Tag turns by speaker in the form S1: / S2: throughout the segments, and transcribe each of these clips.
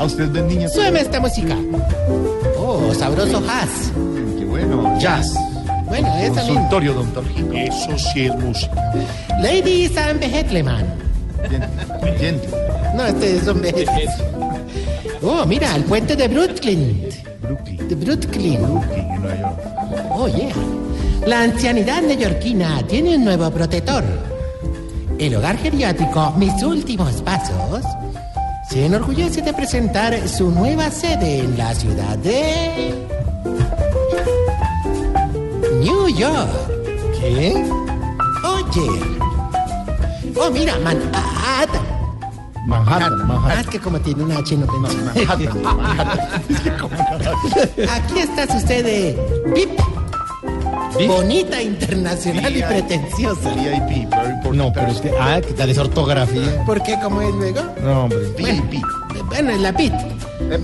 S1: A usted de niña. pues,
S2: Súbeme esta música. Oh, sabroso jazz.
S1: Qué bueno.
S2: Jazz. Bueno, esa misma.
S1: Consultorio odontológico.
S3: Eso sí es música.
S2: Ladies and Gentlemen.
S1: Gente, gente.
S2: No, este es un vejez. Oh, mira, el puente de Brooklyn.
S1: Brooklyn.
S2: De Brooklyn.
S1: Brooklyn, en Nueva York.
S2: Oh, yeah. La ancianidad neoyorquina tiene un nuevo protector. El hogar geriátrico Mis Últimos Pasos se enorgullece de presentar su nueva sede en la ciudad de... New York.
S1: ¿Qué?
S2: Oye. Oh, mira, man... ah, ah,
S1: Manhattan,
S2: Ah,
S1: Manhattan.
S2: es que como tiene una H no pensé.
S1: Manhattan, Manhattan. Es que como
S2: Aquí está su sede VIP, bonita, internacional y
S1: VIP.
S2: pretenciosa.
S1: VIP, very important.
S3: No, pero es que. Ah, ¿qué tal es ortografía?
S2: ¿Por qué? ¿Cómo es luego?
S1: Ah.
S3: No, hombre.
S1: VIP.
S2: Bueno, es la PIT.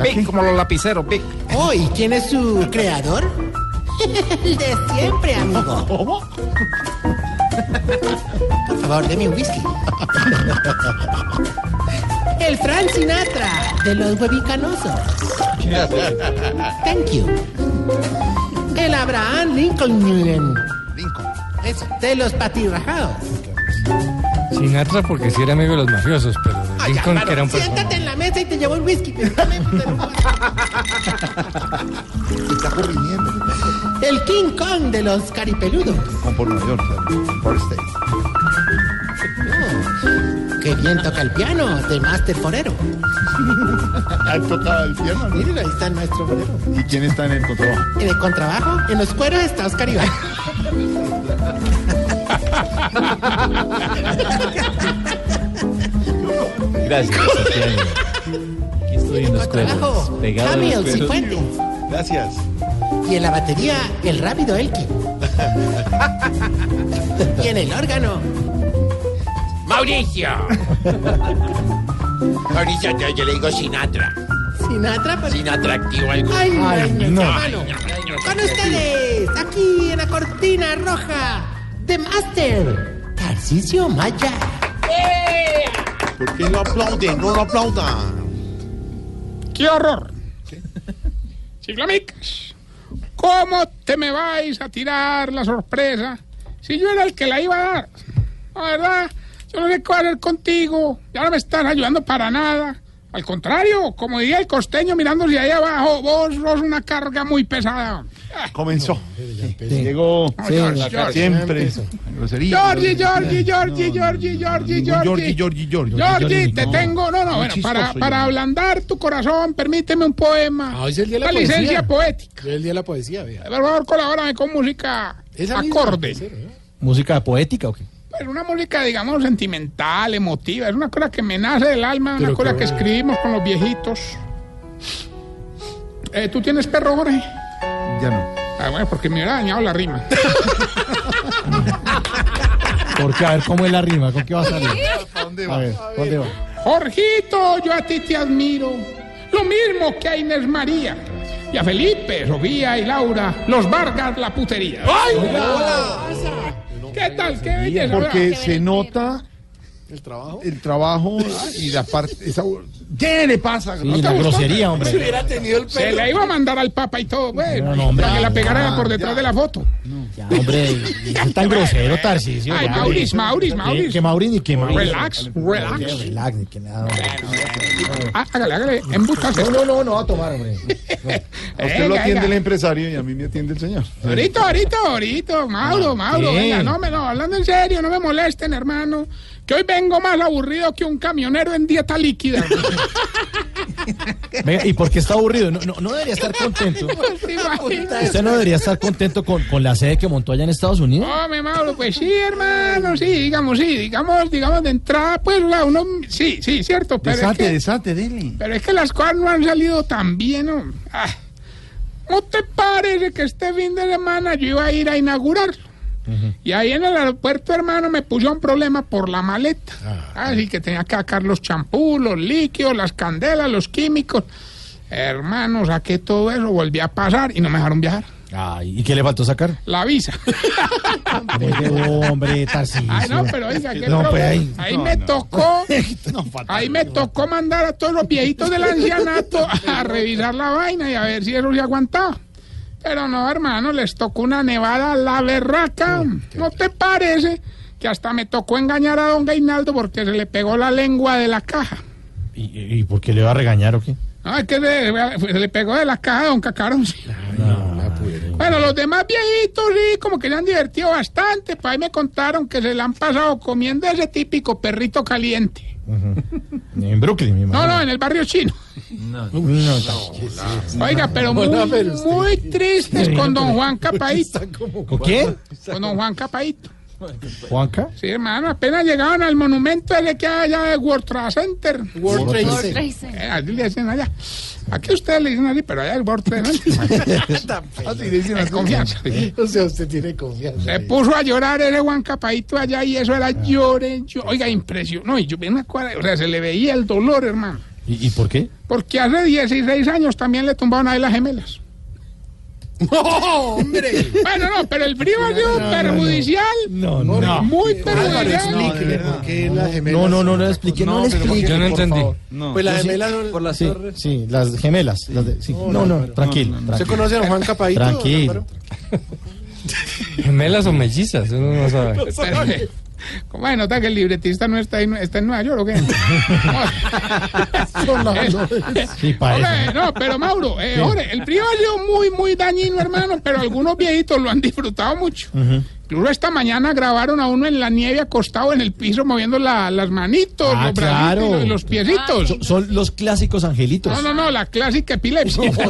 S3: Big, como los lapiceros, Big.
S2: Oh, ¿y quién es su creador? El de siempre, amigo.
S1: ¿Cómo?
S2: Por favor, deme un whisky. El Frank Sinatra, de los huevicanosos. Thank you. El Abraham Lincoln,
S1: Lincoln.
S2: es de los patirrajados.
S4: Sinatra porque sí era amigo de los mafiosos, pero
S1: Ah,
S4: de
S2: Ay,
S4: Lincoln
S2: Álvaro,
S4: que era un
S2: Siéntate en la mesa y te llevo el whisky. pero dame- pero-
S1: Está por viniendo.
S2: el King Kong de los caripeludos.
S1: Como por Nueva York, claro. Por este. State.
S2: Qué bien toca el piano de Master Forero.
S1: Ahí tocaba el piano. ¿no?
S2: Miren, ahí está el maestro Forero.
S1: ¿Y quién está en el control?
S2: En el contrabajo, en los cueros está Oscar Iván.
S5: Gracias. Santiago. Aquí estoy en los cuernos,
S2: Contrabajo,
S5: pegado a los
S2: Camilo
S5: cuernos.
S2: Cifuentes.
S1: Gracias.
S2: Y en la batería, el rápido Elkin. y en el órgano,
S6: Mauricio. Mauricio, yo, yo le digo Sinatra.
S2: Sinatra. pero-
S6: Sin atractivo alguno.
S2: Ay, no,
S4: Ay,
S2: no,
S4: no.
S2: hermano. Con este ustedes, aquí en la cortina roja, The Master, Tarcisio Maya.
S3: ¿Por qué no aplauden? No lo aplaudan.
S7: ¡Qué horror! Ciclamix, ¿cómo te me vais a tirar la sorpresa si yo era el que la iba a dar? La verdad, yo no sé qué va a hacer contigo, ya no me estás ayudando para nada. Al contrario, como diría el costeño mirándose ahí abajo, vos sos una carga muy pesada. Ah,
S1: Comenzó. Llegó.
S7: no, George, George.
S1: Siempre. Grosería.
S7: Georgie, Georgie, Georgie, Georgie, Georgie, Georgie.
S1: Georgie, Georgie, Georgie.
S7: Georgie, te
S1: no.
S7: tengo. No, no,
S1: Muy
S7: bueno,
S1: chistoso,
S7: para,
S1: yo.
S7: para ablandar tu corazón, permíteme un poema.
S3: Ah, hoy es el día de la
S7: Una
S3: poesía.
S7: licencia poética.
S3: El día de la poesía, vea.
S7: Por favor, colabórame con música acorde.
S3: ¿Música poética o qué?
S7: Pues una música, digamos, sentimental, emotiva. Es una cosa que me nace del alma, una cosa que escribimos con los viejitos. Eh, ¿Tú tienes perro, Jorge?
S1: Ya no.
S7: Ah, bueno, porque me hubiera dañado la rima.
S3: Porque a ver cómo es la rima, con qué va a salir.
S1: ¿A dónde
S3: A
S1: va?
S3: ver, ¿dónde va?
S7: Jorgito, yo a ti te admiro. Lo mismo que a Inés María. Y a Felipe, Sofía y Laura. Los Vargas, la putería. ¡Ay! ¿Qué tal? ¿Qué belleza?
S1: Porque se nota el trabajo y la parte esa ¿qué le pasa?
S3: Sí, la grosería, hombre.
S7: Se la iba a mandar al Papa y todo, bueno,
S3: No, no, hombre.
S7: para que la pegaran
S1: Ah,
S7: por detrás
S1: ya.
S7: de la foto.
S3: Ya, hombre, es tan grosero, Tarcisio.
S7: Ay,
S3: ya,
S7: Mauris,
S3: hombre.
S7: Mauris,
S3: Que-
S7: Mauris.
S3: Que Mauris ni que Mauris.
S7: Relax, relax.
S3: Que relax, ni que nada, hombre.
S7: Ah, hágale, hágale, en busca de
S3: No, no, no, no va a tomar, hombre.
S1: A usted lo atiende el empresario y a mí me atiende el señor.
S7: Ahorita, ahorita, ahorita, Mauro, Mauro,
S3: ¿qué?
S7: venga, no, me, no, hablando en serio, no me molesten, hermano, que hoy vengo más aburrido que un camionero en dieta líquida.
S5: Venga, ¿y por qué está aburrido? No, no, no debería estar contento.
S7: ¿Te imaginas?
S5: Usted no debería estar contento con, con la sede que montó allá en Estados Unidos.
S7: Hombre, Mauro, pues sí, hermano, sí, digamos, sí, digamos, digamos, de entrada, pues, la uno, sí, sí, cierto, pero es,
S1: Desate,
S7: que,
S1: desate, dele.
S7: pero es que las cosas no han salido tan bien, ¿no? Ah, ¿No te parece que este fin de semana yo iba a ir a inaugurar? Y ahí en el aeropuerto, hermano, me puso un problema por la maleta.
S1: Ah,
S7: Así que tenía que sacar los champús, los líquidos, las candelas, los químicos. Hermano, saqué todo eso, volví a pasar y no me dejaron viajar.
S5: Ay, ¿y qué le faltó sacar?
S7: La visa.
S5: hombre, Tarcisio.
S7: Ay, no, pero oiga, qué
S5: No,
S7: problema.
S5: pues,
S7: ahí,
S5: ahí-
S7: me tocó, ahí me tocó mandar a todos los viejitos del ancianato a revisar la vaina y a ver si eso se aguantaba. Pero no, hermano, les tocó una nevada a la berraca. ¿No te parece que hasta me tocó engañar a don Gainaldo porque se le pegó la lengua de la caja?
S5: ¿Y, y por qué le va a regañar o qué?
S7: No, es que se, se le pegó de la caja a don Cacarón. sí. Bueno, los demás viejitos, sí, como que le han divertido bastante. Pues ahí me contaron que se le han pasado comiendo ese típico perrito caliente.
S5: En Brooklyn, mi
S7: No, no, en el barrio chino. Oiga, pero muy, muy tristes con don Juan Capaito.
S5: ¿Con quién?
S7: Con don Juan Capaito.
S5: ¿Juanca?
S7: Sí, hermano, apenas llegaban al monumento de que hay allá de World Trade Center. Eh, así le dicen allá. Aquí ustedes le dicen así, pero allá el World Trade Center.
S1: Así dicen
S7: Es
S1: las
S7: confianza.
S1: O sea, usted tiene confianza.
S7: Se puso a llorar ese Juan Capaito allá y eso era llore. yo- Oiga, impresión. No, y yo vi una cuadra- o sea, se le veía el dolor, hermano.
S5: ¿Y, y por qué?
S7: Porque hace 16 años también le tumbaron ahí las gemelas.
S1: hombre!
S7: Bueno, no, pero el frío ha sido perjudicial.
S5: No, no. No,
S7: Muy
S1: Álvaro,
S7: perjudicial.
S1: explíquele por qué las gemelas.
S5: no, no, no, le expliqué, no, le expliqué.
S4: Yo no entendí.
S1: Pues las
S5: Yo sí-
S1: gemelas no.
S5: Por las sí, sí, las gemelas. las de- sí. No, no, tranquilo.
S1: ¿Usted
S5: tranquilo.
S1: conoce a Juan Capaito?
S5: Tranquilo.
S4: ¿Gemelas o mellizas? Uno no sabe.
S7: Espérate. ¿Cómo se nota que el libretista no está, ahí, está en Nueva York o qué?
S5: Sí, pa'
S7: Hombre,
S5: eso.
S7: no, pero Mauro, eh, hombre, el frío ha sido muy, muy dañino, hermano, pero algunos viejitos lo han disfrutado mucho. Incluso esta mañana grabaron a uno en la nieve acostado en el piso moviendo la- las manitos,
S5: Ah,
S7: los bracitos
S5: claro.
S7: y los, y los piecitos.
S5: Son los clásicos angelitos.
S7: No, no, no, la clásica epilepsia.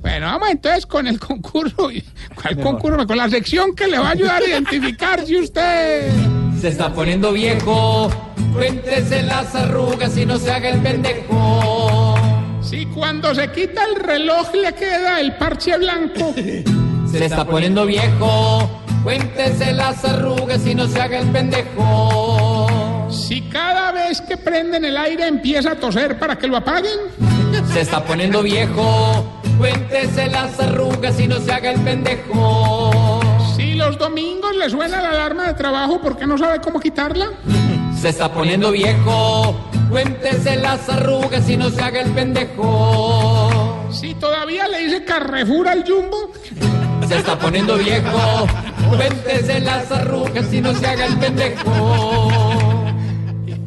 S7: Bueno, vamos entonces con el concurso. ¿Cuál concurso? Con la sección que le va a ayudar a identificar si usted...
S8: Se está poniendo viejo, cuéntese las arrugas y no se haga el pendejo.
S7: Si cuando se quita el reloj le queda el parche blanco.
S8: Se está poniendo viejo, cuéntese las arrugas y no se haga el pendejo.
S7: Si cada vez que prenden el aire empieza a toser para que lo apaguen.
S8: Se está poniendo viejo, cuéntese las arrugas y no se haga el pendejo.
S7: Si los domingos le suena la alarma de trabajo porque no sabe cómo quitarla.
S8: Se está poniendo viejo, cuéntese las arrugas y no se haga el pendejo.
S7: Si todavía le dice Carrefour al Jumbo.
S8: Se está poniendo viejo, cuéntese las arrugas y no se haga el pendejo.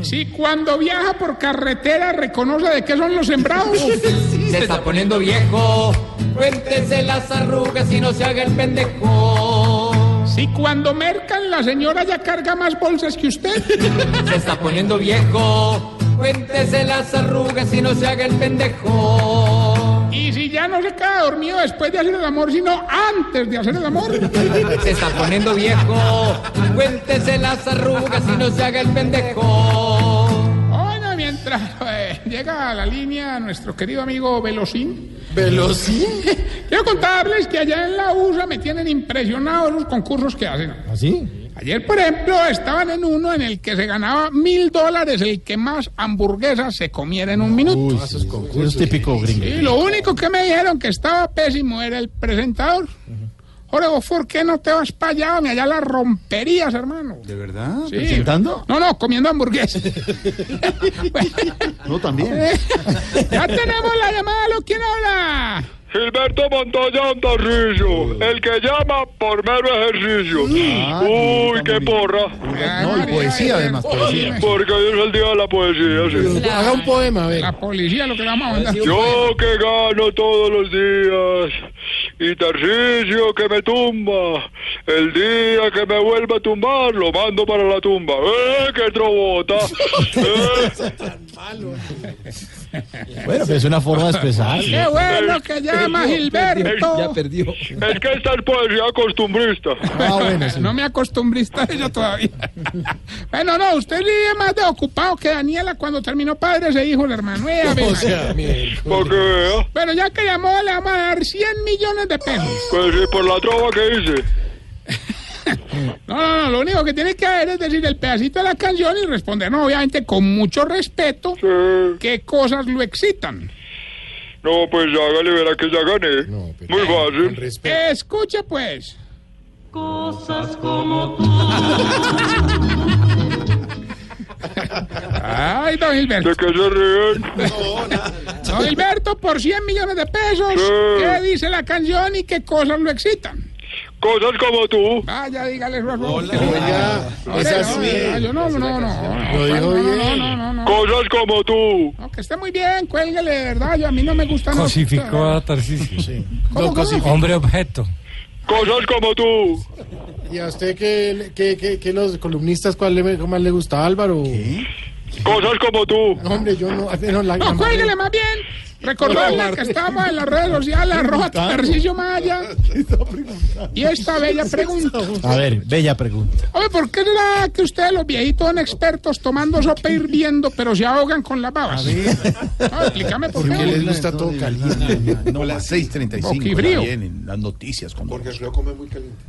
S7: Si cuando viaja por carretera reconoce de qué son los sembrados.
S8: Se está poniendo viejo, cuéntese las arrugas y no se haga el pendejo.
S7: Si cuando mercan la señora ya carga más bolsas que usted.
S8: Se está poniendo viejo, cuéntese las arrugas y no se haga el pendejo.
S7: Y si ya no se queda dormido después de hacer el amor, sino antes de hacer el amor.
S8: Se está poniendo viejo, cuéntese las arrugas y no se haga el pendejo.
S7: Bueno, mientras eh, llega a la línea nuestro querido amigo Velocín. ¿Velocín? Quiero contarles que allá en la USA me tienen impresionados los concursos que hacen.
S5: ¿Así?
S7: Ayer, por ejemplo, estaban en uno en el que se ganaba mil dólares el que más hamburguesas se comiera en un minuto.
S5: Es típico gringo.
S7: Y lo único que me dijeron que estaba pésimo era el presentador. Jorge Bofor, ¿qué no te vas para allá? Ni allá la romperías, hermano.
S3: ¿De verdad?
S7: Sí.
S3: ¿Presentando?
S7: No, no, comiendo hamburguesas. Bueno.
S3: No, también.
S7: ya tenemos la llamada, ¿lo quién habla?
S9: Gilberto Montoya Antarrillo, el que llama por mero ejercicio. Uy, qué porra.
S1: No, y poesía además, poesía.
S9: Porque hoy es el día de la poesía, sí.
S1: Haga un poema, a ver.
S7: La policía lo que le vamos a mandar.
S9: Yo que gano todos los días y Tarcisio que me tumba. El día que me vuelva a tumbar lo mando para la tumba. ¡Eh, qué trobota! ¡Eh!
S7: malo.
S10: Bueno, pero es una forma de expresarse.
S7: Qué bueno que
S9: eh,
S7: llama Gilberto.
S10: Ya perdió.
S11: Es que esta es poesía costumbrista.
S10: Ah, bueno, sí.
S7: No me acostumbrista de ella todavía. bueno, no, usted vive más de ocupado que Daniela cuando terminó padres e hijos, hermano. Eh, a ver.
S10: O sea, mire,
S11: Porque vea,
S7: Bueno, ya que llamó, le vamos a dar 100 millones de pesos.
S11: pues sí, por la trova que hice.
S7: No, no, no, lo único que tiene que hacer es decir el pedacito de la canción y respondernos, obviamente, con mucho respeto,
S11: Sí.
S7: qué cosas lo excitan.
S11: No, pues hágale, verá que ya gané. Muy fácil.
S7: Escucha, pues.
S12: Cosas como tú.
S7: Ay, don Gilberto.
S11: ¿De qué se ríen?
S7: Don Gilberto, por 100 millones de pesos,
S11: Sí.
S7: ¿qué dice la canción y qué cosas lo excitan?
S11: Cosas como tú.
S7: Vaya, dígale eso a su
S8: Oiga,
S7: Hombre,
S8: esa es
S7: no,
S8: bien.
S7: no, yo no, no, no, no,
S8: Lo dijo
S7: no, no,
S8: bien.
S7: no, no, no.
S11: Cosas como tú.
S7: No, que esté muy bien, cuélguele, de verdad, yo a mí no me gusta no.
S4: Cosificó a Tarcisio.
S7: ¿Cómo,
S8: Lo
S7: cómo?
S8: cosificó.
S4: Hombre objeto.
S11: Cosas como tú.
S8: ¿Y a usted qué, qué, qué, qué los columnistas cuál le, cómo más le gusta Álvaro?
S11: Cosas como tú.
S8: No, hombre, yo no. no, la-
S7: No, cuélguele más bien. Recordarle que estamos en las redes sociales, arroba Tarcisio Maya. Y esta bella pregunta.
S10: A ver, bella pregunta.
S7: Oye, ¿por qué será que ustedes los viejitos son expertos tomando sopa hirviendo, pero se ahogan con las babas? No, explícame por
S8: ¿Por qué les
S7: qué.
S8: gusta todo caliente?
S1: No, las 6.35
S7: Boquifrío.
S1: ya vienen las noticias con
S13: Porque se lo come muy caliente.